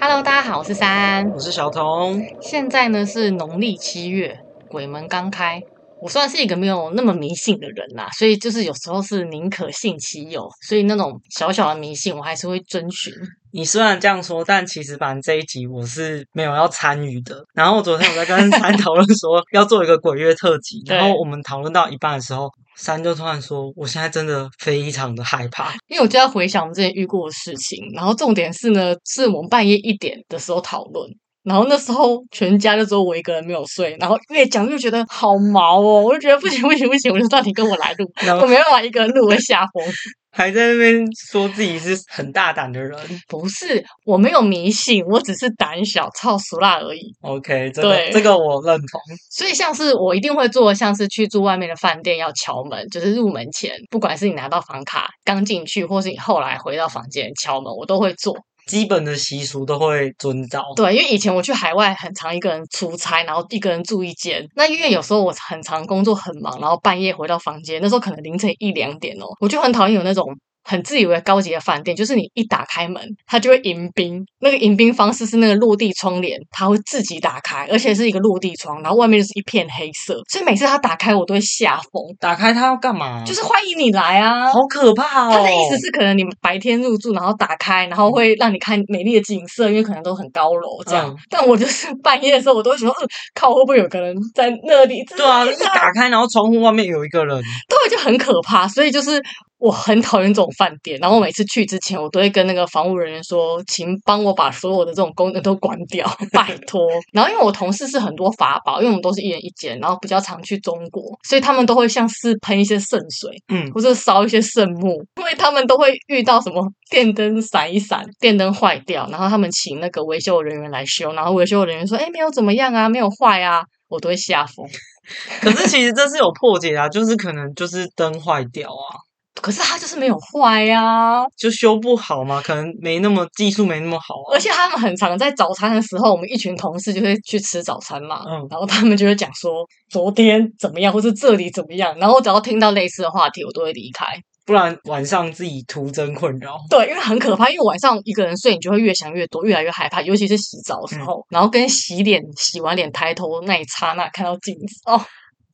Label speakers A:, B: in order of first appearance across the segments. A: Hello，大家好，我是三。
B: 我是小童，
A: 现在呢是农历七月，鬼门刚开。我算是一个没有那么迷信的人啦，所以就是有时候是宁可信其有，所以那种小小的迷信我还是会遵循。
B: 你虽然这样说，但其实反正这一集我是没有要参与的。然后我昨天我在 跟三讨论说要做一个鬼月特辑，
A: 对
B: 然后我们讨论到一半的时候，三就突然说：“我现在真的非常的害 怕。
A: 因为我就在回想我们之前遇过的事情，然后重点是呢，是我们半夜一点的时候讨论。然后那时候全家就只有我一个人没有睡，然后越讲就觉得好毛哦，我就觉得不行不行不行，我就到你跟我来录，”
B: 然
A: 我
B: 后
A: 没办法一个人录，我会吓疯。
B: 还在那边说自己是很大胆的人。
A: 不是，我没有迷信，我只是胆小、超俗辣而已。
B: OK，这个
A: 对
B: 这个我认同。
A: 所以，像是我一定会做的，像是去住外面的饭店要敲门，就是入门前，不管是你拿到房卡刚进去，或是你后来回到房间敲门，我都会做。
B: 基本的习俗都会遵照，
A: 对，因为以前我去海外很常一个人出差，然后一个人住一间。那因为有时候我很常工作很忙，然后半夜回到房间，那时候可能凌晨一两点哦，我就很讨厌有那种。很自以为高级的饭店，就是你一打开门，它就会迎宾。那个迎宾方式是那个落地窗帘，它会自己打开，而且是一个落地窗，然后外面就是一片黑色。所以每次它打开，我都会吓疯，
B: 打开它要干嘛？
A: 就是欢迎你来啊！
B: 好可怕哦！
A: 他的意思是，可能你们白天入住，然后打开，然后会让你看美丽的景色，因为可能都很高楼这样。
B: 嗯
A: 但我就是半夜的时候，我都会想说，嗯，靠，会不会有个人在那里？
B: 对啊，
A: 之类
B: 一
A: 的
B: 打开然后窗户外面有一个人，
A: 对，啊就很可怕。所以就是我很讨厌这种饭店。然后我每次去之前，我都会跟那个房务人员说，请帮我把所有的这种功能都关 掉，拜托。然后因为我同事是很多法宝，因为我们都是一人一间，然后比较常去中国，所以他们都会像是喷一些圣水，
B: 嗯，
A: 或者烧一些圣木，因为他们都会遇到什么电灯闪一闪，电灯坏掉，然后他们请那个维修人员来修，然后维修人员说：“哎，没有怎么样啊，没有坏啊。”我都会吓疯。
B: 可是其实这是有破解啊，就是可能就是灯坏掉啊，
A: 可是他就是没有坏呀、啊，
B: 就修不好嘛，可能没那么技术没那么好啊
A: 而。且他们很常在早餐的时候，我们一群同事就会去吃早餐嘛，
B: 嗯
A: 然后他们就会讲说昨天怎么样，或是这里怎么样，然后只要听到类似的话题，我都会离开。
B: 不然晚上自己徒增困扰。
A: 对，因为很可怕，因为晚上一个人睡，你就会越想越多，越来越害怕，尤其是洗澡的时
B: 嗯
A: 候，然后跟洗脸、洗完脸抬头那一刹那看到镜子，哦，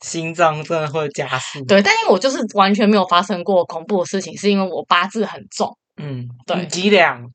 B: 心脏真的会加速。，
A: 对，但因为我就是完全没有发生过恐怖的事情，是因为我八字很重，
B: 嗯，
A: 对
B: 你几两？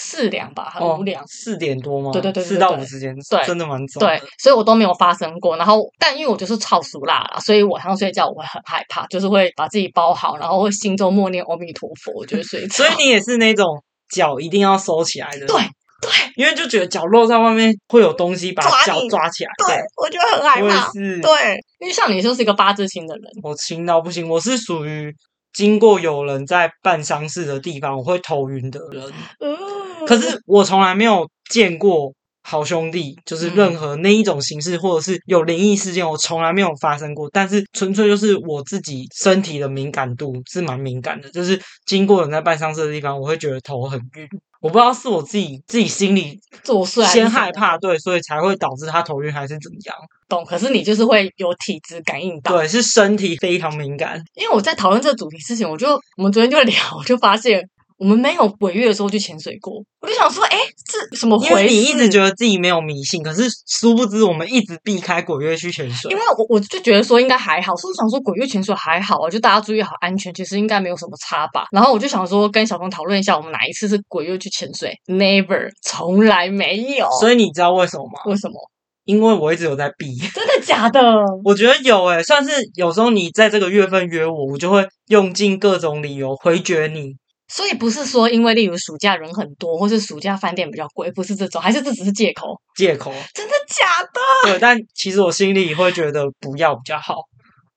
A: 四两吧，很
B: 哦
A: 无两。，
B: 四点多吗？
A: 对对对对
B: 四到
A: 对
B: 五之间，
A: 对
B: 真的蛮重的。
A: 对，所以我都没有发生过。然后，但因为我就是超俗辣啦，所以晚上睡觉我会很害怕，就是会把自己包好，然后会心中默念阿弥陀佛，我就会睡着。
B: 所以你也是那种脚一定要收起来的。
A: 对对，
B: 因为就觉得脚露在外面会有东西把
A: 抓
B: 脚
A: 你
B: 抓起来。
A: 对，我就会很害
B: 我也
A: 怕。
B: 是。
A: 对，因为像你就是一个八字星的人，
B: 我轻到不行，我是属于经过有人在办丧事的地方，我会头晕的人。
A: 嗯
B: 可是我从来没有见过好兄弟，就是任何那一种形式，或者是有灵异事件，我从来没有发生过。但是纯粹就是我自己身体的敏感度是蛮敏感的，就是经过人在办丧事的地方，我会觉得头很晕。我不知道是我自己自己心里
A: 作祟还是什
B: 先
A: 么
B: 害怕，对，所以才会导致他头晕还是怎么样？
A: 懂，可是你就是会有体质感应到。
B: 对，是身体非常敏感。
A: 因为我在讨论这个主题之前，我就我们昨天就聊，我就发现我们没有鬼月的时候去潜水过，我就想说，哎，这什么
B: 因为
A: 回事？
B: 你一直觉得自己没有迷信，可是殊不知我们一直避开鬼月去潜水
A: 因为。我我就觉得说应该还好，所以我想说鬼月潜水还好啊，就大家注意好安全，其实应该没有什么差吧。然后我就想说跟小峰讨论一下，我们哪一次是鬼月去潜水？Never，从来没有。
B: 所以你知道为什么吗？
A: 为什么？
B: 因为我一直有在避。
A: 真的假的？
B: 我觉得有诶、算是有时候你在这个月份约我，我就会用尽各种理由回绝你。
A: 所以不是说因为例如暑假人很多，或是暑假饭店比较贵，不是这种，还是这只是借口？
B: 借口，
A: 真的假的？
B: 对，但其实我心里会觉得不要比较好，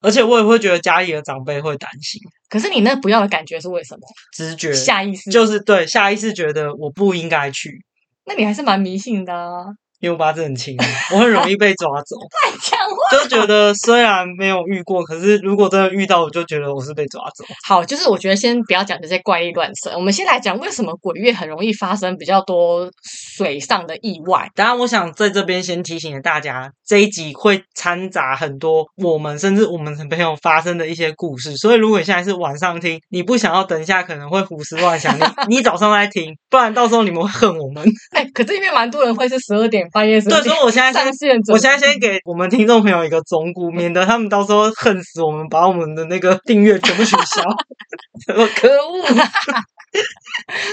B: 而且我也会觉得家里的长辈会担心，
A: 可是你那不要的感觉是为什么？
B: 直觉
A: 下意识
B: 就是对下意识觉得我不应该去，
A: 那你还是蛮迷信的啊。
B: 因为我八字很轻，我很容易被抓走，
A: 讲话
B: 就觉得虽然没有遇过，可是如果真的遇到，我就觉得我是被抓走。
A: 好，就是我觉得先不要讲这些怪力乱神，我们先来讲为什么鬼月很容易发生比较多水上的意外。
B: 当然，我想在这边先提醒大家，这一集会掺杂很多我们甚至我们的朋友发生的一些故事，所以如果你现在是晚上听，你不想要等一下可能会胡思乱想，你你早上来听，不然到时候你们会恨我们。
A: 哎、可这边蛮多人会是十二点半夜，
B: 对，所以我现在
A: 上
B: 先，
A: 线准
B: 我现在先给我们听众朋友一个忠告，免得他们到时候恨死我们，把我们的那个订阅全部取消。我可恶！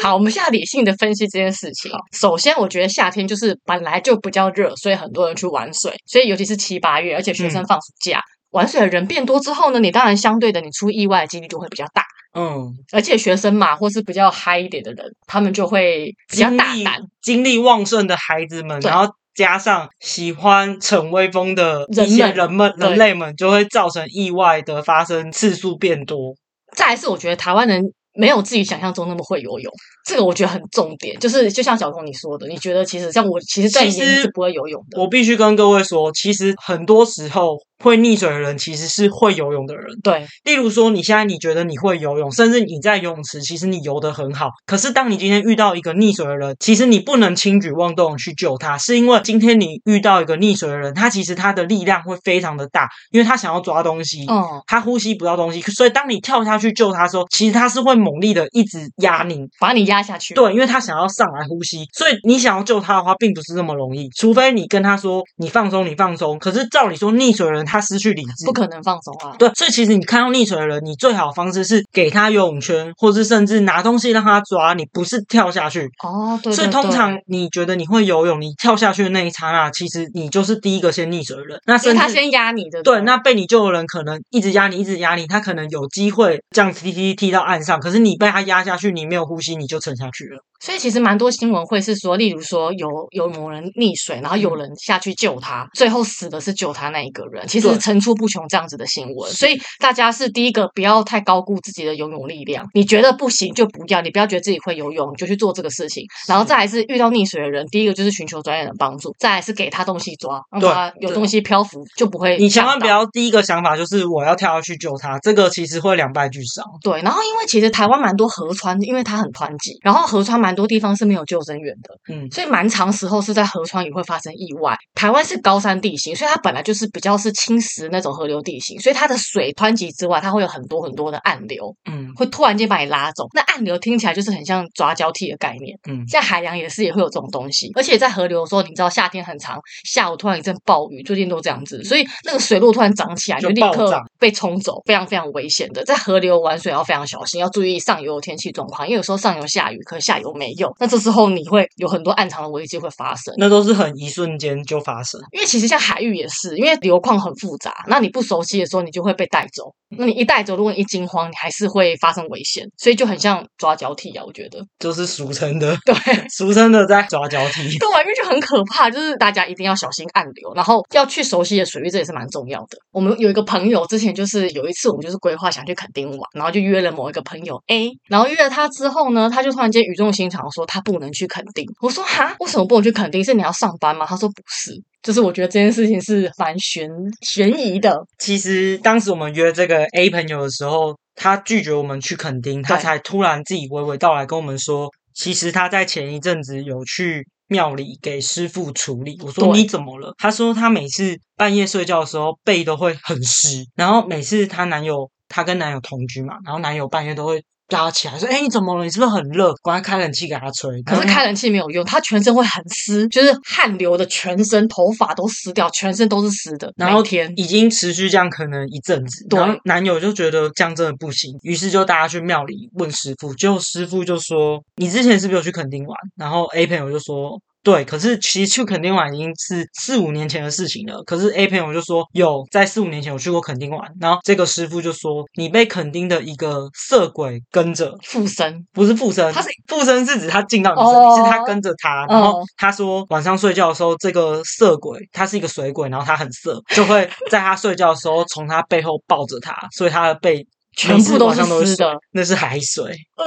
A: 好，我们现在理性的分析这件事情。首先，我觉得夏天就是本来就比较热，所以很多人去玩水，所以尤其是七八月，而且
B: 嗯
A: 学生放暑假。玩水的人变多之后呢，你当然相对的你出意外的几率就会比较大，
B: 嗯，
A: 而且学生嘛，或是比较嗨一点的人，他们就会比较
B: 精
A: 大
B: 力
A: 胆，
B: 精力旺盛的孩子们，
A: 对
B: 然后加上喜欢逞威风的
A: 人
B: 一些
A: 们
B: 人们
A: 对
B: 人类们，就会造成意外的发生次数变多。
A: 再来是，我觉得台湾人没有自己想象中那么会游泳，这个我觉得很重点。就是就像小童你说的，你觉得其实像我，其实在
B: 其
A: 以前是
B: 实
A: 不会游泳的。
B: 我必须跟各位说，其实很多时候会溺水的人其实是会游泳的人。
A: 对，
B: 例如说，你现在你觉得你会游泳，甚至你在游泳池，其实你游得很好。可是当你今天遇到一个溺水的人，其实你不能轻举妄动去救他，是因为今天你遇到一个溺水的人，他其实他的力量会非常的大，因为他想要抓东西。
A: 嗯，
B: 他呼吸不到东西，所以当你跳下去救他的时候，其实他是会猛力的一直压你，
A: 把你压下去。
B: 对，因为他想要上来呼吸，所以你想要救他的话，并不是那么容易，除非你跟他说你放松，你放松。可是照理说，溺水的人他失去理智
A: 不，可能放松啊！
B: 对，所以其实你看到溺水的人，你最好的方式是给他游泳圈，或是甚至拿东西让他抓，你不是跳下去。
A: 哦，对
B: 所以
A: 对
B: 通
A: 对
B: 常你觉得你会游泳，你跳下去的那一刹那，其实你就是第一个先溺水的人。那
A: 因
B: 甚
A: 为他
B: 至
A: 先压你的，
B: 对，那被你救的人可能一直压你，一直压你，他可能有机会这样踢踢踢到岸上，可是你被他压下去，你没有呼吸，你就沉下去了。
A: 所以其实蛮多新闻会是说，例如说有有某人溺水，然后有
B: 嗯
A: 人下去救他，最后死的是救他那一个人，其实
B: 对
A: 层出不穷这样子的新闻。所以大家是第一个不要太高估自己的游泳力量，你觉得不行就不要，你不要觉得自己会游泳你就去做这个事情。然后再来是遇到溺水的人，第一个就是寻求专业的帮助，再来是给他东西抓，让
B: 对
A: 他有
B: 对
A: 东西漂浮就不会
B: 你千万
A: 呛
B: 不
A: 到
B: 要第一个想法就是我要跳下去救他，这个其实会两败俱伤。
A: 对，然后因为其实台湾蛮多河川，因为它很湍急，然后河川蛮多地方是没有救生员的，
B: 嗯
A: 所以蛮长时候是在河川也会发生意外。台湾是高山地形，所以它本来就是比较是侵蚀那种河流地形，所以它的水湍急之外，它会有很多很多的暗流，
B: 嗯
A: 会突然间把你拉走。那暗流听起来就是很像抓交替的概念。
B: 嗯，
A: 像海洋也是也会有这种东西，而且在河流的时候，你知道夏天很长，下午突然一阵暴雨，最近都这样子，所以那个水路突然涨起来，
B: 就
A: 立
B: 暴
A: 刻
B: 涨
A: 被冲走，非常非常危险的。在河流玩水要非常小心，要注意上游的天气状况，因为有时候上游下雨，可是下游没有，那这时候你会有很多暗藏的危机会发生。
B: 那都是很一瞬间就发生。
A: 因为其实像海域也是，因为流况很复杂，那你不熟悉的时候，你就会被带走。那你一带走，如果你一惊慌，你还是会发生危险，所以就很像抓交替啊，我觉得。
B: 就是俗称的，
A: 对，
B: 俗称的在抓交替。
A: 对，因为就很可怕，就是大家一定要小心暗流，然后要去熟悉的水域，这也是蛮重要的。我们有一个朋友之前就是有一次，我们就是规划想去垦丁玩，然后就约了某一个朋友 A，然后约了他之后呢，他就突然间语重心长说他不能去垦丁。我说哈，为什么不能去垦丁？是你要上班吗？他说不是。就是我觉得这件事情是蛮悬悬疑的，
B: 其实当时我们约这个 A 朋友的时候，他拒绝我们去垦丁，他
A: 对
B: 才突然自己娓娓道来跟我们说，其实他在前一阵子有去庙里给师傅处理。我说
A: 对
B: 你怎么了？他说他每次半夜睡觉的时候背都会很湿，然后每次她男友，她跟男友同居嘛，然后男友半夜都会。叫她起来说：“哎、你怎么了？你是不是很热？赶快开冷气给她吹。”
A: 可是开冷气没有用，他全身会很湿，就是汗流的全身，头发都湿掉，全身都是湿的。
B: 然后
A: 每天
B: 已经持续这样可能一阵子，
A: 对
B: 然后男友就觉得这样真的不行，于是就大家去庙里问师傅，结果师傅就说：“你之前是不是有去垦丁玩？”然后 A 朋友就说。对，可是其实去垦丁玩已经是四五年前的事情了。可是 A 朋友就说有，在四五年前我去过垦丁玩，然后这个师傅就说你被垦丁的一个色鬼跟着，
A: 附身，
B: 不是附身，
A: 他是
B: 附身是指他进到你身体，是他
A: 哦
B: 跟着他。然后
A: 嗯
B: 他说晚上睡觉的时候，这个色鬼，他是一个水鬼，然后他很色，就会在他睡觉的时候从他背后抱着他，所以他的背
A: 全
B: 每次
A: 部都
B: 晚
A: 是
B: 上都
A: 湿
B: 水
A: 的。
B: 那是海水，
A: 呃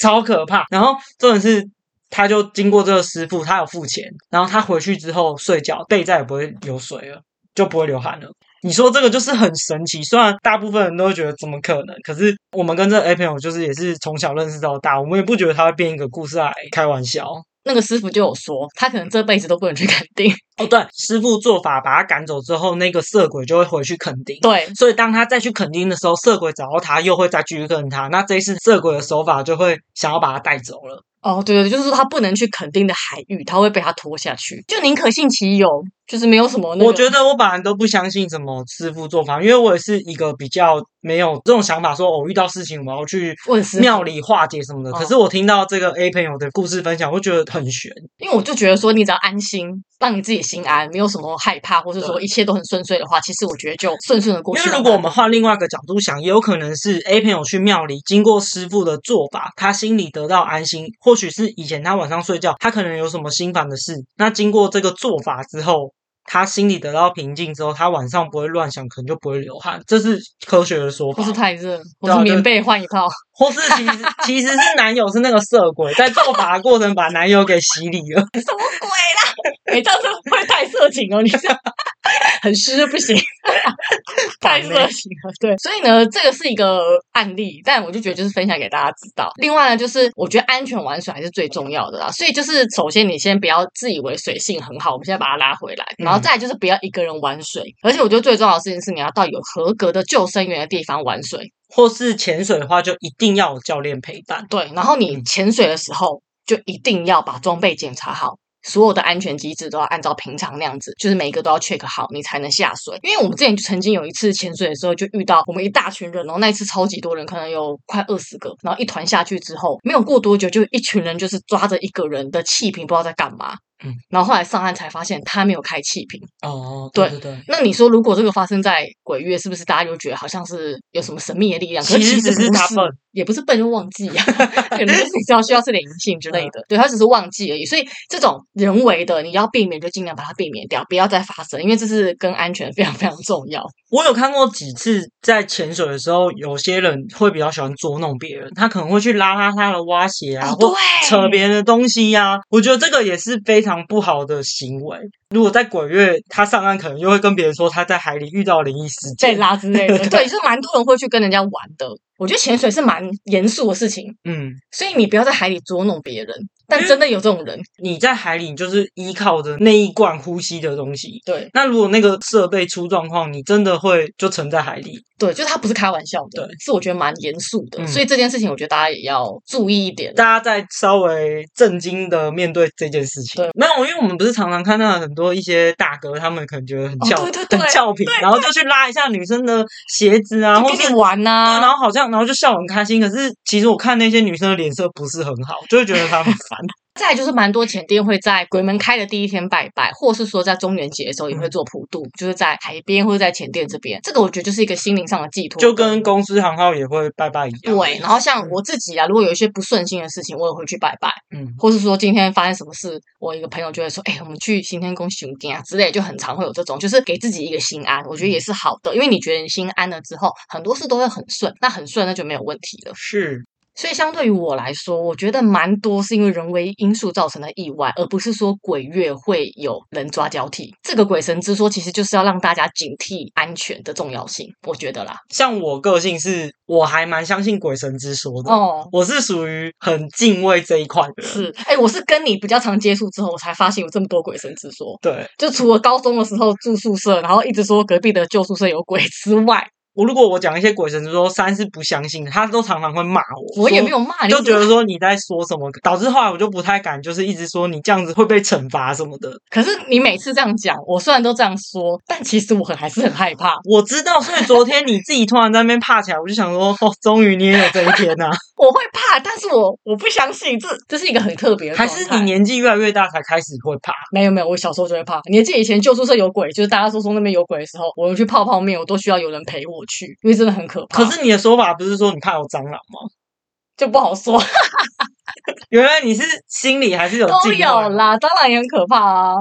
B: 超可怕。然后重点是。他就经过这个师傅，他有付钱，然后他回去之后睡觉，背再也不会有水了，就不会流汗了。你说这个就是很神奇，虽然大部分人都会觉得怎么可能，可是我们跟这 A 朋友就是也是从小认识到大，我们也不觉得他会编一个故事来开玩笑。
A: 那个师傅就有说，他可能这辈子都不能去垦丁。
B: 哦，对，师傅做法把他赶走之后，那个色鬼就会回去垦丁。
A: 对，
B: 所以当他再去垦丁的时候，色鬼找到他，又会再继续跟他。那这一次色鬼的手法就会想要把他带走了。
A: 哦，对对，就是说他不能去垦丁的海域，他会被他拖下去，就宁可信其有，就是没有什么、那个。
B: 我觉得我本来都不相信什么师傅做法，因为我也是一个比较没有这种想法说，哦我遇到事情我要去
A: 问师傅
B: 庙里化解什么的。
A: 哦
B: 可是我听到这个 A 朋友的故事分享，我觉得很悬。
A: 因为我就觉得说，你只要安心，让你自己心安，没有什么害怕，或是说一切都很顺遂的话，其实我觉得就顺顺的过
B: 因
A: 去
B: 为
A: 了。
B: 如果我们换另外一个角度想，也有可能是 A 朋友去庙里，经过师傅的做法，他心里得到安心。或许是以前他晚上睡觉，他可能有什么心烦的事，那经过这个做法之后，他心里得到平静之后，他晚上不会乱想，可能就不会流汗。这是科学的说法
A: 不。是太热，
B: 对
A: 或
B: 啊
A: 是
B: 就
A: 棉被换一套，
B: 或是其实其实是男友是那个色鬼，在做法的过程把男友给洗礼了。
A: 什么鬼啦？ 你这样子会太色情哦，你这样很湿不行，太色情了。对，所以呢，这个是一个案例，但我就觉得就是分享给大家知道。另外呢，就是我觉得安全玩水还是最重要的啦。所以就是首先你先不要自以为水性很好，我们现在把它拉回来，然后
B: 嗯
A: 再来就是不要一个人玩水，而且我觉得最重要的事情是你要到有合格的救生员的地方玩水。
B: 或是潜水的话，就一定要有教练陪伴。
A: 对，然后你
B: 嗯
A: 潜水的时候就一定要把装备检查好，所有的安全机制都要按照平常那样子，就是每一个都要 check 好，你才能下水。因为我们之前就曾经有一次潜水的时候，就遇到我们一大群人，然后那一次超级多人，可能有快二十个，然后一团下去之后，没有过多久，就一群人就是抓着一个人的气瓶，不知道在干嘛。
B: 嗯，
A: 然后后来上岸才发现他没有开气瓶。
B: 哦，对
A: 对
B: 对。
A: 那你说，如果这个发生在鬼月，是不是大家就觉得好像是有什么神秘的力量？可
B: 其实只
A: 不
B: 是他笨
A: 也不是笨就忘 记啊，可能就是需要需要是灵性之类的，
B: 嗯
A: 对他只是忘记而已。所以这种人为的，你要避免就尽量把它避免掉，不要再发生，因为这是跟安全非常非常重要。
B: 我有看过几次在潜水的时候，有些人会比较喜欢捉弄别人，他可能会去拉拉他的蛙鞋啊，
A: 哦
B: 或
A: 对
B: 扯别人的东西呀、我觉得这个也是非常不好的行为。如果在鬼月他上岸，可能又会跟别人说他在海里遇到灵异事
A: 被
B: 件。
A: 拉之 类的，对，就是蛮多人会去跟人家玩的。我觉得潜水是蛮严肃的事情，
B: 嗯，
A: 所以你不要在海里捉弄别人。但
B: 嗯
A: 真的有这种人，
B: 你在海里你就是依靠着那一罐呼吸的东西。
A: 对
B: 那如果那个设备出状况，你真的会就沉在海里。
A: 对，就是他不是开玩笑的
B: 对，
A: 是我觉得蛮严肃的。
B: 嗯
A: 所以这件事情，我觉得大家也要注意一点。
B: 大家再稍微震惊的面对这件事情。
A: 对，
B: 没有，因为我们不是常常看到很多一些大哥，他们可能觉得很
A: 哦
B: 俏、
A: 对对对
B: 很俏皮，
A: 对
B: 然后就去拉一下女生的鞋子啊，或
A: 就跟
B: 是
A: 你。玩呐、
B: 对然后好像，然后就笑得很开心。可是其实我看那些女生的脸色不是很好，就会觉得她很 烦。
A: 再来就是蛮多前店会在鬼门开的第一天拜拜，或是说在中元节的时候也
B: 嗯
A: 会做普渡，就是在海边或者在前店这边，这个我觉得就是一个心灵上的寄托，
B: 就跟嗯公司行号也会拜拜一样。
A: 对。然后像我自己啊，如果有一些不顺心的事情，我也会去拜拜，
B: 嗯，
A: 或是说今天发生什么事，我一个朋友就会说，哎、我们去行天宫巡店啊之类，就很常会有这种，就是给自己一个心安，我觉得也是好的，因为你觉得你心安了之后，很多事都会很顺，那很顺那就没有问题了。
B: 是
A: 所以相对于我来说，我觉得蛮多是因为人为因素造成的意外，而不是说鬼月会有人抓交替。这个鬼神之说，其实就是要让大家警惕安全的重要性，我觉得啦。
B: 像我个性是，我还蛮相信鬼神之说的。
A: 哦，
B: 我是属于很敬畏这一块的人。
A: 是，哎、我是跟你比较常接触之后，我才发现有这么多鬼神之说。
B: 对
A: 就除了高中的时候住宿舍，然后一直说隔壁的旧宿舍有鬼之外，
B: 我，如果我讲一些鬼神之说，三是不相信的，他都常常会骂我。
A: 我也
B: 说
A: 没有骂你，
B: 就
A: 只
B: 觉
A: 是
B: 得说你在说什么，导致后来我就不太敢，就是一直说你这样子会被惩罚什么的。
A: 可是你每次这样讲，我虽然都这样说，但其实我很还是很害怕。
B: 我知道，所以昨天你自己突然在那边怕起来，我就想说，哦，终于你也有这一天啊 呐、
A: 我会怕，但是我我不相信，这这是一个很特别的
B: 还
A: 状
B: 是
A: 态
B: 你年纪越来越大才开始会怕？
A: 没有没有，我小时候就会怕。你还记得以前旧宿舍有鬼，就是大家说说那边有鬼的时候，我们去泡泡面，我都需要有人陪我去，因为真的很可怕。
B: 可是你的说法不是说你怕有蟑螂吗？
A: 就不好说，
B: 原来你是心里还是有
A: 都
B: 敬畏啊
A: 有啦，当然也很可怕啊。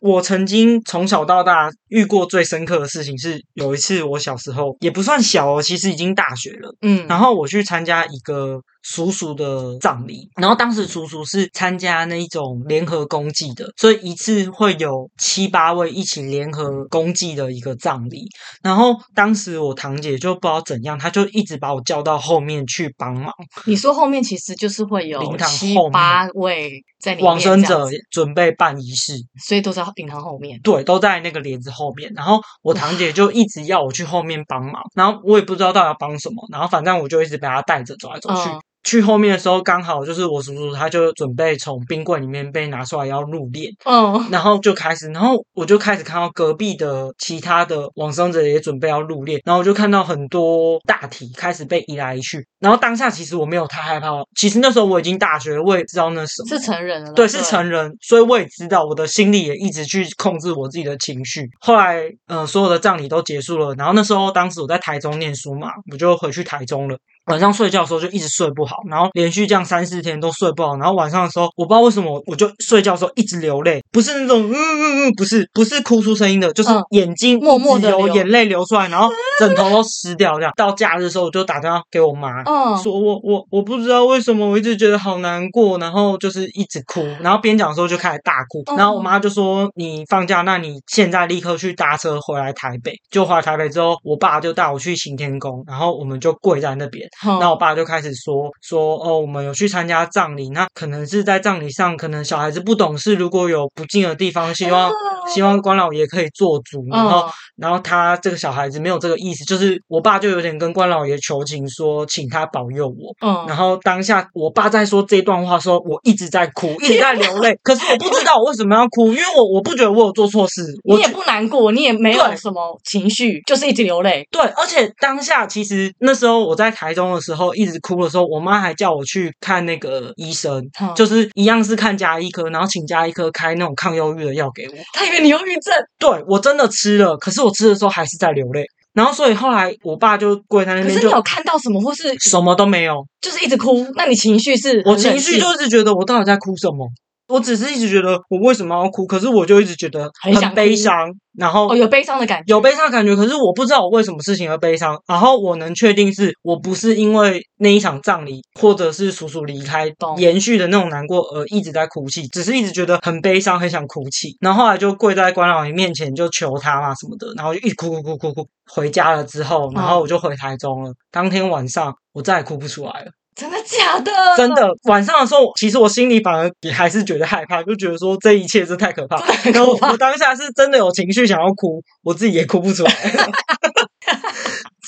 B: 我曾经从小到大遇过最深刻的事情是，有一次我小时候也不算小哦，其实已经大学了。
A: 嗯，
B: 然后我去参加一个叔叔的葬礼，然后当时叔叔是参加那一种联合公祭的，所以一次会有七八位一起联合公祭的一个葬礼。然后当时我堂姐就不知道怎样，她就一直把我叫到后面去帮忙。
A: 你说后面其实就是会有
B: 灵堂
A: 七
B: 后面
A: 八位在里面，
B: 往生者，准备办仪式，
A: 所以都在银行后面。
B: 对，都在那个帘子后面。然后我堂姐就一直要我去后面帮忙，然后我也不知道到底要帮什么，然后反正我就一直被她带着走来走去。
A: 嗯
B: 去后面的时候，刚好就是我叔叔，他就准备从冰柜里面被拿出来要入殓，
A: 嗯，
B: 然后就开始，然后我就开始看到隔壁的其他的往生者也准备要入殓，然后我就看到很多大体开始被移来移去，然后当下其实我没有太害怕，其实那时候我已经大学了，我也知道那是什 么，
A: 是成人了啦，
B: 对，是成人，所以我也知道，我的心里也一直去控制我自己的情绪。后来，呃，所有的葬礼都结束了，然后那时候当时我在台中念书嘛，我就回去台中了。晚上睡觉的时候就一直睡不好，然后连续这样三四天都睡不好，然后晚上的时候我不知道为什么我就睡觉的时候一直流泪，不是那种嗯嗯嗯，不是不是哭出声音的，就是
A: 嗯
B: 眼睛
A: 默默
B: 一直
A: 地
B: 流
A: 流
B: 眼泪流出来，然后枕头都湿掉这样。到假日的时候我就打电话给我妈，
A: 嗯，
B: 说我我我不知道为什么我一直觉得好难过，然后就是一直哭，然后边讲的时候就开始大哭，然后我妈就说你放假，那你现在立刻去搭车回来台北。就回来台北之后，我爸就带我去行天宫，然后我们就跪在那边，
A: 嗯，
B: 然后我爸就开始说说哦，我们有去参加葬礼，那可能是在葬礼上，可能小孩子不懂事，如果有不敬的地方，希
A: 哦
B: 望希望关老爷可以做主，然后
A: 嗯
B: 然后他这个小孩子没有这个意思，就是我爸就有点跟关老爷求情说，请他保佑我。
A: 嗯，
B: 然后当下我爸在说这段话的时候，我一直在哭，一直在流泪。可是我不知道我为什么要哭，因为我我不觉得我有做错事，我
A: 你也不难过，你也没有
B: 对
A: 什么情绪，就是一直流泪。
B: 对，而且当下其实那时候我在台中的时候一直哭的时候，我妈还叫我去看那个医生，
A: 嗯
B: 就是一样是看加医科，然后请加医科开那种抗忧郁的药给我。
A: 他以为你忧郁症，
B: 对我真的吃了，可是我吃的时候还是在流泪。然后所以后来我爸就跪在那
A: 可
B: 边
A: 是
B: 就
A: 你有看到什么，或是
B: 什么都没有，
A: 就是一直哭，那你情绪是
B: 我
A: 很冷
B: 情绪
A: 静
B: 就是觉得我到底在哭什么。我只是一直觉得我为什么要哭，可是我就一直觉得
A: 很想
B: 很
A: 哭
B: 悲伤，然后
A: 哦有悲伤的感觉，
B: 有悲伤的感觉，可是我不知道我为什么事情而悲伤。然后我能确定是我不是因为那一场葬礼或者是叔叔离开
A: 懂
B: 延续的那种难过而一直在哭泣，只是一直觉得很悲伤，很想哭泣。然后后来就跪在关老爷面前就求他嘛什么的，然后就一直哭哭哭哭哭。回家了之后，
A: 嗯
B: 然后我就回台中了。当天晚上我再也哭不出来了。
A: 真的假的？
B: 真的，晚上的时候，其实我心里反而也还是觉得害怕，就觉得说这一切真太可怕。
A: 真的
B: 然
A: 很
B: 后
A: 可怕
B: 我当下是真的有情绪想要哭，我自己也哭不 出来。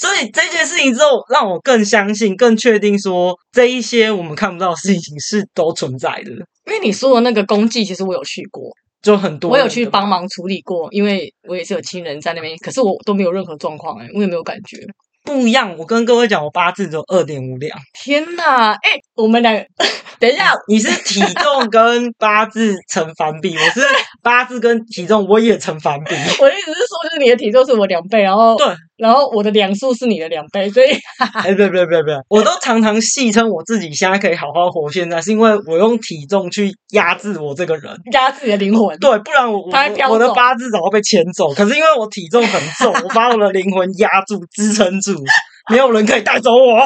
B: 所以这件事情之后，让我更相信、更确定说，这一些我们看不到的事情是都存在的，
A: 因为你说的那个公祭，其实我有去过，
B: 就很多。
A: 我有去帮，忙处理过，因为我也是有亲人在那边，可是我都没有任何状况哎、我也没有感觉。
B: 不一样。我跟各位讲，我八字只有二点五两。
A: 天哪，哎、我们两个， 等一下，
B: 你是体重跟八字成反比，我是八字跟体重我也成反比。
A: 我的意思是说，就是你的体重是我两倍，然后
B: 对，
A: 然后我的两数是你的两倍，所以
B: 哎，不不不不，我都常常戏称我自己现在可以好好活，现在是因为我用体重去压制我这个人。
A: 压自己的灵魂。
B: 对，不然我我
A: 他会飘
B: 我的
A: 走
B: 八字早就被牵走。可是因为我体重很重，我把我的灵魂压住、支撑住，没有人可以带走我。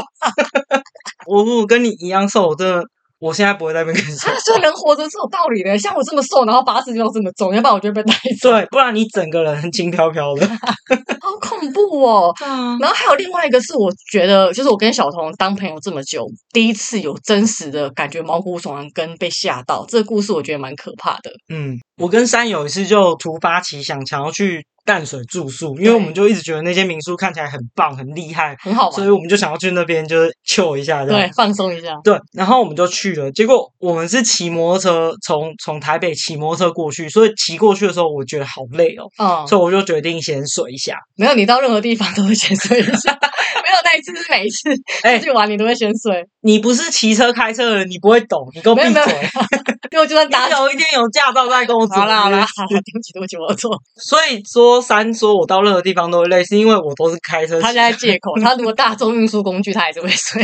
B: 我如果跟你一样瘦，我真的，我现在不会在那边跟你说
A: 啊，。 所以人活着是有道理的。像我这么瘦，然后八字又这么重，要不然我就会被带走，
B: 对，不然你整个人轻飘飘 的。
A: 好恐怖哦。
B: 啊，
A: 然后还有另外一个是，我觉得就是我跟小童当朋友这么久，第一次有真实的感觉毛骨悚然跟被吓到，这个故事我觉得蛮可怕的。
B: 嗯，我跟山有一次就突发奇想，想要去淡水住宿，因为
A: 对
B: 我们就一直觉得那些民宿看起来很棒、很厉害，
A: 很好
B: 所
A: 玩
B: 以。我们就想要去那边就是 chill 一下这
A: 对
B: 样。，
A: 放松一下。
B: 对，然后我们就去了，结果我们是骑摩托车从从台北骑摩托车过去，所以骑过去的时候我觉得好累哦，
A: 嗯，
B: 所以我就决定先睡一下。
A: 没有，你到任何地方都会先睡一下。 没有那一次是每一次
B: 哎
A: 出去玩你都会先睡，
B: 你不是骑车开车的人，你不会懂，你给我闭
A: 没有 没有
B: 嘴！
A: 因为我就算搭
B: 你有一天有驾照再跟我走。
A: 好啦好啦，好啦，对不起对不起，我的错。
B: 所以说三说我到任何地方都会累，是因为我都是开车骑。
A: 他现在借口，他如果大众运输工具，他还是会睡。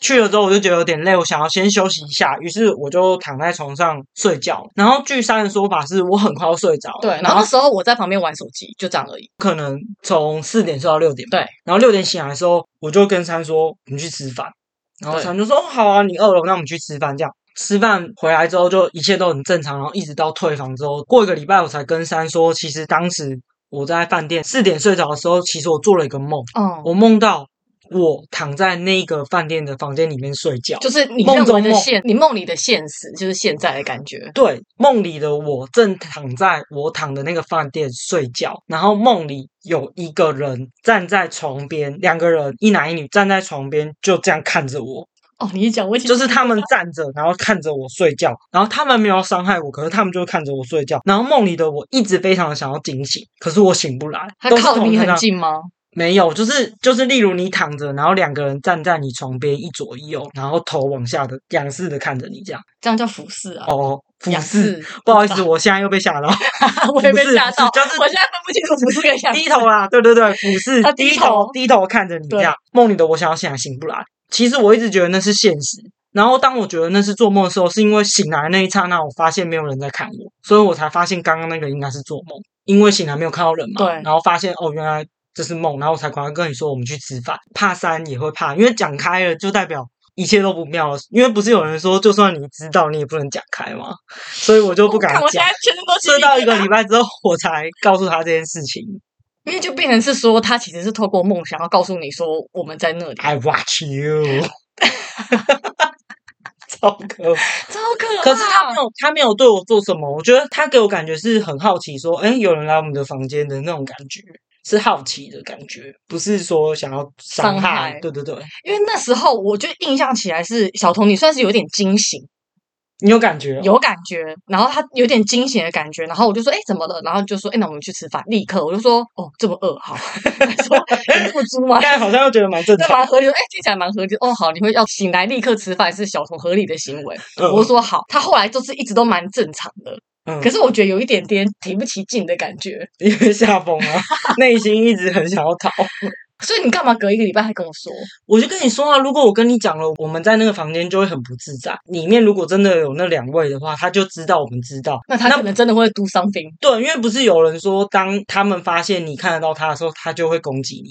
B: 去了之后我就觉得有点累，我想要先休息一下，于是我就躺在床上睡觉。然后据山的说法是我很快要睡着了，
A: 对，然
B: 然
A: 后
B: 后
A: 那时候我在旁边玩手机，就这样而已。
B: 可能从四点睡到六点，
A: 对，
B: 然后六点醒来的时候，我就跟山说我们去吃饭。然后
A: 对
B: 他们就说哦好啊，你饿了，那我们去吃饭这样。吃饭回来之后就一切都很正常，然后一直到退房之后，过一个礼拜我才跟珊说，其实当时我在饭店四点睡着的时候，其实我做了一个梦，
A: 哦，
B: 我梦到我躺在那个饭店的房间里面睡觉，
A: 就是你
B: 梦
A: 认为
B: 中
A: 的
B: 梦
A: 现，你梦里的现实，就是现在的感觉。
B: 对，梦里的我正躺在我躺的那个饭店睡觉，然后梦里有一个人站在床边，两个人一男一女站在床边，就这样看着我，
A: 哦，你一讲，我已经
B: 就是他们站着，然后看着我睡觉，然后他们没有伤害我，可是他们就看着我睡觉，然后梦里的我一直非常的想要惊醒，可是我醒不来，
A: 他
B: 都是
A: 靠
B: 同
A: 你
B: 一个
A: 很
B: 那
A: 近吗？
B: 没有，就是就是，例如你躺着，然后两个人站在你床边一左一右，然后头往下的仰视的看着你这样。
A: 这样叫俯视啊，
B: 哦，俯
A: 仰
B: 视，
A: 视。
B: 不好意思，我现在又被吓到。
A: 我也被
B: 不是
A: 吓
B: 不是
A: 到，
B: 就是
A: 我现在分 不清楚俯视跟仰视。
B: 低头啦，对对对，俯视
A: 他，低
B: 低
A: 头
B: 头，低头看着你这
A: 对
B: 样。梦里的我想要醒来，醒不来。其实我一直觉得那是现实，然后当我觉得那是做梦的时候，是因为醒来那一刹那，我发现没有人在看我，所以我才发现刚刚那个应该是做梦，因为醒来没有看到人嘛。
A: 对
B: 然后发现哦，原来这是梦，然后我才赶快跟你说我们去吃饭。怕三也会怕，因为讲开了就代表。一切都不妙了，因为不是有人说，就算你知道，你也不能讲开吗？所以我就不
A: 我
B: 敢
A: 看我现
B: 讲
A: 在。全身都起
B: 睡
A: 鸡皮
B: 到一
A: 疙
B: 个
A: 瘩
B: 礼拜之后，我才告诉他这件事情。
A: 因为就变成是说，他其实是透过梦想要告诉你说我们在那里，
B: I watch you，超可怕。
A: 超可
B: 可是他
A: 怕
B: 没有，他没有对我做什么。我觉得他给我感觉是很好奇，说，哎，有人来我们的房间的那种感觉，是好奇的感觉，不是说想要伤
A: 伤
B: 害。
A: 害
B: 对对对，
A: 因为那时候我就印象起来是小童，你算是有点惊醒，
B: 你有感觉、哦？
A: 有感觉，然后他有点惊醒的感觉，然后我就说，哎，怎么了？然后就说，哎，那我们去吃饭，立刻我就说，哦，这么饿，好，他说你这么猪吗？
B: 但好像又觉得蛮正
A: 这
B: 常。
A: 蛮合理的，哎、听起来蛮合理的。哦，好，你会要醒来立刻吃饭是小童合理的行为。
B: 嗯
A: 我说好，他后来就是一直都蛮正常的，
B: 嗯
A: 可是我觉得有一点点提不起劲的感觉。
B: 因为下风啊，内心一直很想要逃。
A: 所以你干嘛隔一个礼拜还跟我说？
B: 我就跟你说啊，如果我跟你讲了，我们在那个房间就会很不自在。里面如果真的有那两位的话，他就知道我们知道。
A: 那他可能真的会 do something。
B: 对，因为不是有人说，当他们发现你看得到他的时候，他就会攻击你。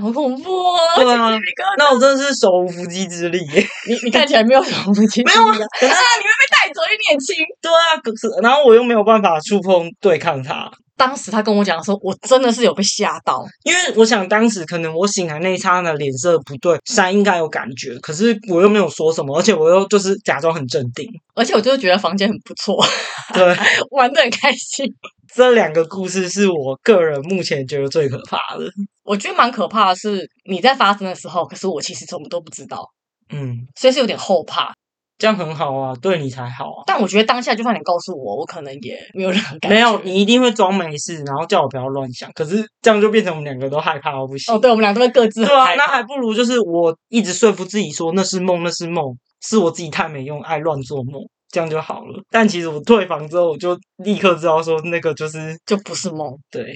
A: 好恐怖哦！
B: 对啊
A: 鸡皮疙瘩
B: 那我真的是手无缚鸡之力耶。
A: 你你看起来没有什么不清
B: 没有啊
A: 啊， 你会被带走，你年轻。
B: 对啊，可是然后我又没有办法触碰对抗他，
A: 当时他跟我讲的时候，我真的是有被吓到。
B: 因为我想当时可能我醒来那一刹那脸色不对，山应该有感觉，可是我又没有说什么，而且我又就是假装很镇定。
A: 而且我就觉得房间很不错，
B: 对，
A: 玩的很开心，
B: 这两个故事是我个人目前觉得最可怕的。
A: 我觉得蛮可怕的是你在发生的时候，可是我其实什么都不知道，
B: 嗯，
A: 所以是有点后怕。
B: 这样很好啊，对你才好啊。
A: 但我觉得当下就算你告诉我，我可能也没有任何感觉。
B: 没有，你一定会装没事，然后叫我不要乱想。可是这样就变成我们两个都害怕到不行。
A: 哦，对，我们俩都会各自
B: 对啊，
A: 很
B: 那
A: 害怕
B: 还不如就是我一直说服自己说那是梦，那是梦，是我自己太没用，爱乱做梦，这样就好了。但其实我退房之后，我就立刻知道说那个就是
A: 就不是梦。
B: 对，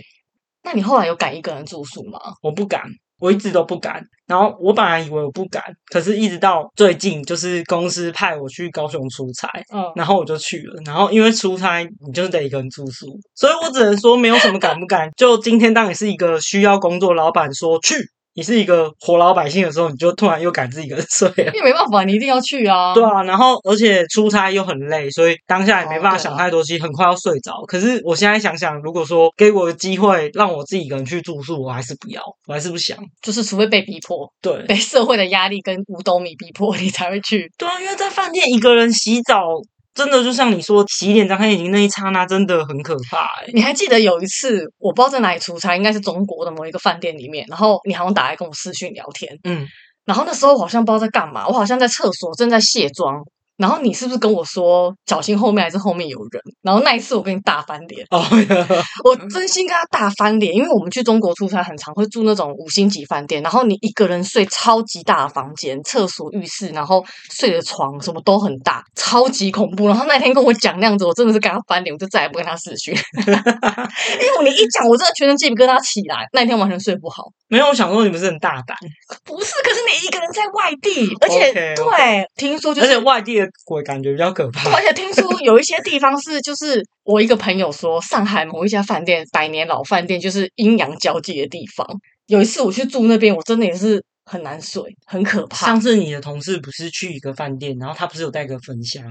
A: 那你后来有敢一个人住宿吗？
B: 我不敢，我一直都不敢。然后我本来以为我不敢，可是一直到最近，就是公司派我去高雄出差，
A: 嗯，
B: 然后我就去了。然后因为出差，你就是得一个人住宿，所以我只能说没有什么敢不敢。就今天当你是一个需要工作，老板说去，你是一个活老百姓的时候，你就突然又敢自己一个人睡了。
A: 因为没办法，你一定要去啊。
B: 对啊，然后而且出差又很累，所以当下也没
A: 哦
B: 办法
A: 对
B: 想
A: 啊
B: 太多，其实很快要睡着。可是我现在想想，如果说给我机会让我自己一个人去住宿，我还是不要，我还是不想。
A: 就是除非被逼迫，
B: 对，
A: 被社会的压力跟五斗米逼迫，你才会去。
B: 对啊，因为在饭店一个人洗澡，真的就像你说，洗脸张开眼睛那一刹那，真的很可怕、欸。
A: 你还记得有一次，我不知道在哪里出差，应该是中国的某一个饭店里面，然后你好像打来跟我视讯聊天，
B: 嗯，
A: 然后那时候我好像不知道在干嘛，我好像在厕所正在卸妆。然后你是不是跟我说小心后面还是后面有人？然后那一次我跟你大翻脸，
B: 哦，
A: 我真心跟他大翻脸，因为我们去中国出差很常会住那种五星级饭店，然后你一个人睡超级大的房间，厕所、浴室，然后睡的床什么都很大，超级恐怖。然后那天跟我讲那样子，我真的是跟他翻脸，我就再也不跟他视讯， 因为你一讲，我真的全身鸡皮疙瘩起来，那天完全睡不好。
B: 没有，我想说你们是很大胆，
A: 不是，可是你一个人在外地，而且
B: OK，OK
A: 对，听说就
B: 而且
A: 是。
B: 外地的鬼感觉比较可怕。
A: 而且听说有一些地方是，就是我一个朋友说，上海某一家饭店，百年老饭店，就是阴阳交界的地方。有一次我去住那边，我真的也是很难睡，很可怕
B: 上。次你的同事不是去一个饭店，然后他不是有带个焚香？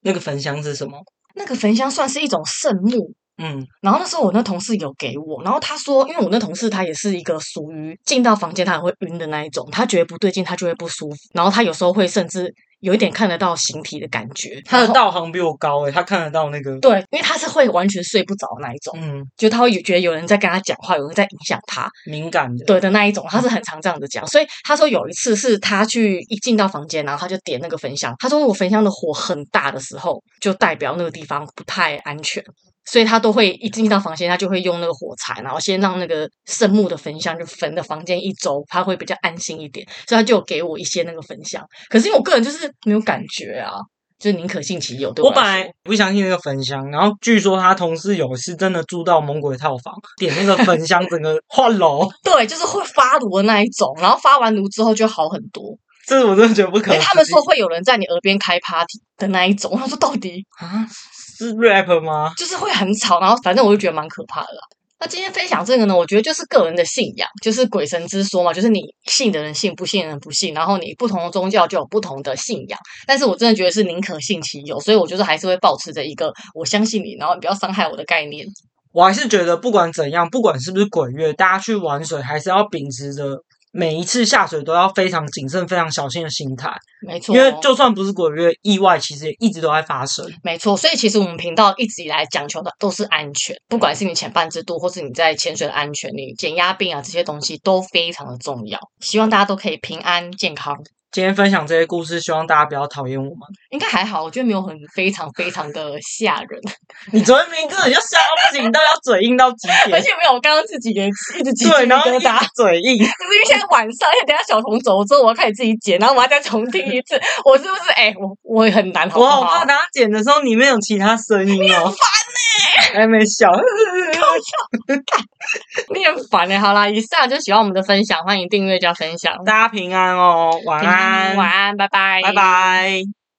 B: 那个焚香是什么？
A: 那个焚香算是一种圣木，
B: 嗯，
A: 然后那时候我那同事有给我，然后他说，因为我那同事他也是一个属于进到房间他也会晕的那一种，他觉得不对劲，他就会不舒服，然后他有时候会甚至有一点看得到形体的感觉。
B: 他的
A: 然后
B: 道行比我高诶、欸他看得到那个。
A: 对，因为他是会完全睡不着那一种，
B: 嗯，
A: 就他会觉得有人在跟他讲话，有人在影响他，
B: 敏感的。
A: 对的那一种，他是很常这样子讲。所以他说有一次是他去一进到房间，然后他就点那个焚香，他说我焚香的火很大的时候，就代表那个地方不太安全。所以他都会一进到房间，他就会用那个火柴，然后先让那个圣木的焚香就焚的房间一周，他会比较安心一点。所以他就有给我一些那个焚香，可是因为我个人就是没有感觉啊，就是宁可信其有。对
B: 我
A: 我
B: 本
A: 来
B: 来
A: 说
B: 不相信那个焚香，然后据说他同事有一次真的住到猛鬼套房，点那个焚香，整个 换楼，
A: 对，就是会发炉的那一种，然后发完炉之后就好很多。
B: 这我真的觉得不可
A: 因为
B: 能。
A: 他们说会有人在你耳边开 party 的那一种，他说到底
B: 啊，是 rap 吗？
A: 就是会很吵，然后反正我就觉得蛮可怕的啦。那今天分享这个呢，我觉得就是个人的信仰，就是鬼神之说嘛，就是你信的人信，不信的人不信，然后你不同的宗教就有不同的信仰。但是我真的觉得是宁可信其有，所以我就是还是会保持着一个我相信你，然后你不要伤害我的概念。
B: 我还是觉得不管怎样，不管是不是鬼月，大家去玩水还是要秉持着每一次下水都要非常谨慎、非常小心的心态，
A: 没错，哦
B: 因为就算不是鬼月，意外其实也一直都在发生。
A: 没错，所以其实我们频道一直以来讲求的都是安全，不管是你前半制度，或是你在潜水的安全，你减压病啊这些东西都非常的重要。希望大家都可以平安健康，
B: 今天分享这些故事，希望大家不要讨厌我们。
A: 应该还好，我觉得没有很非常非常的吓人，
B: 你昨天明明根本就吓到不行，到要嘴硬到极
A: 而
B: 点，
A: 且没有，我刚刚自己 也一直起鸡皮
B: 对，然后一
A: 疙
B: 直
A: 瘩。
B: 嘴硬，
A: 可是因为现在晚上，因为等一下小童走了之后，我要开始自己剪，然后我要再重听一次，我是不是？哎、我我很难，好不
B: 我
A: 好？
B: 好怕等下剪的时候里面有其他声音哦。烦呢、还没笑，
A: 你很烦哎、好啦，以上就喜欢我们的分享，欢迎订阅加分享。
B: 大家平安哦，晚安，
A: 晚安，拜拜，
B: 拜拜。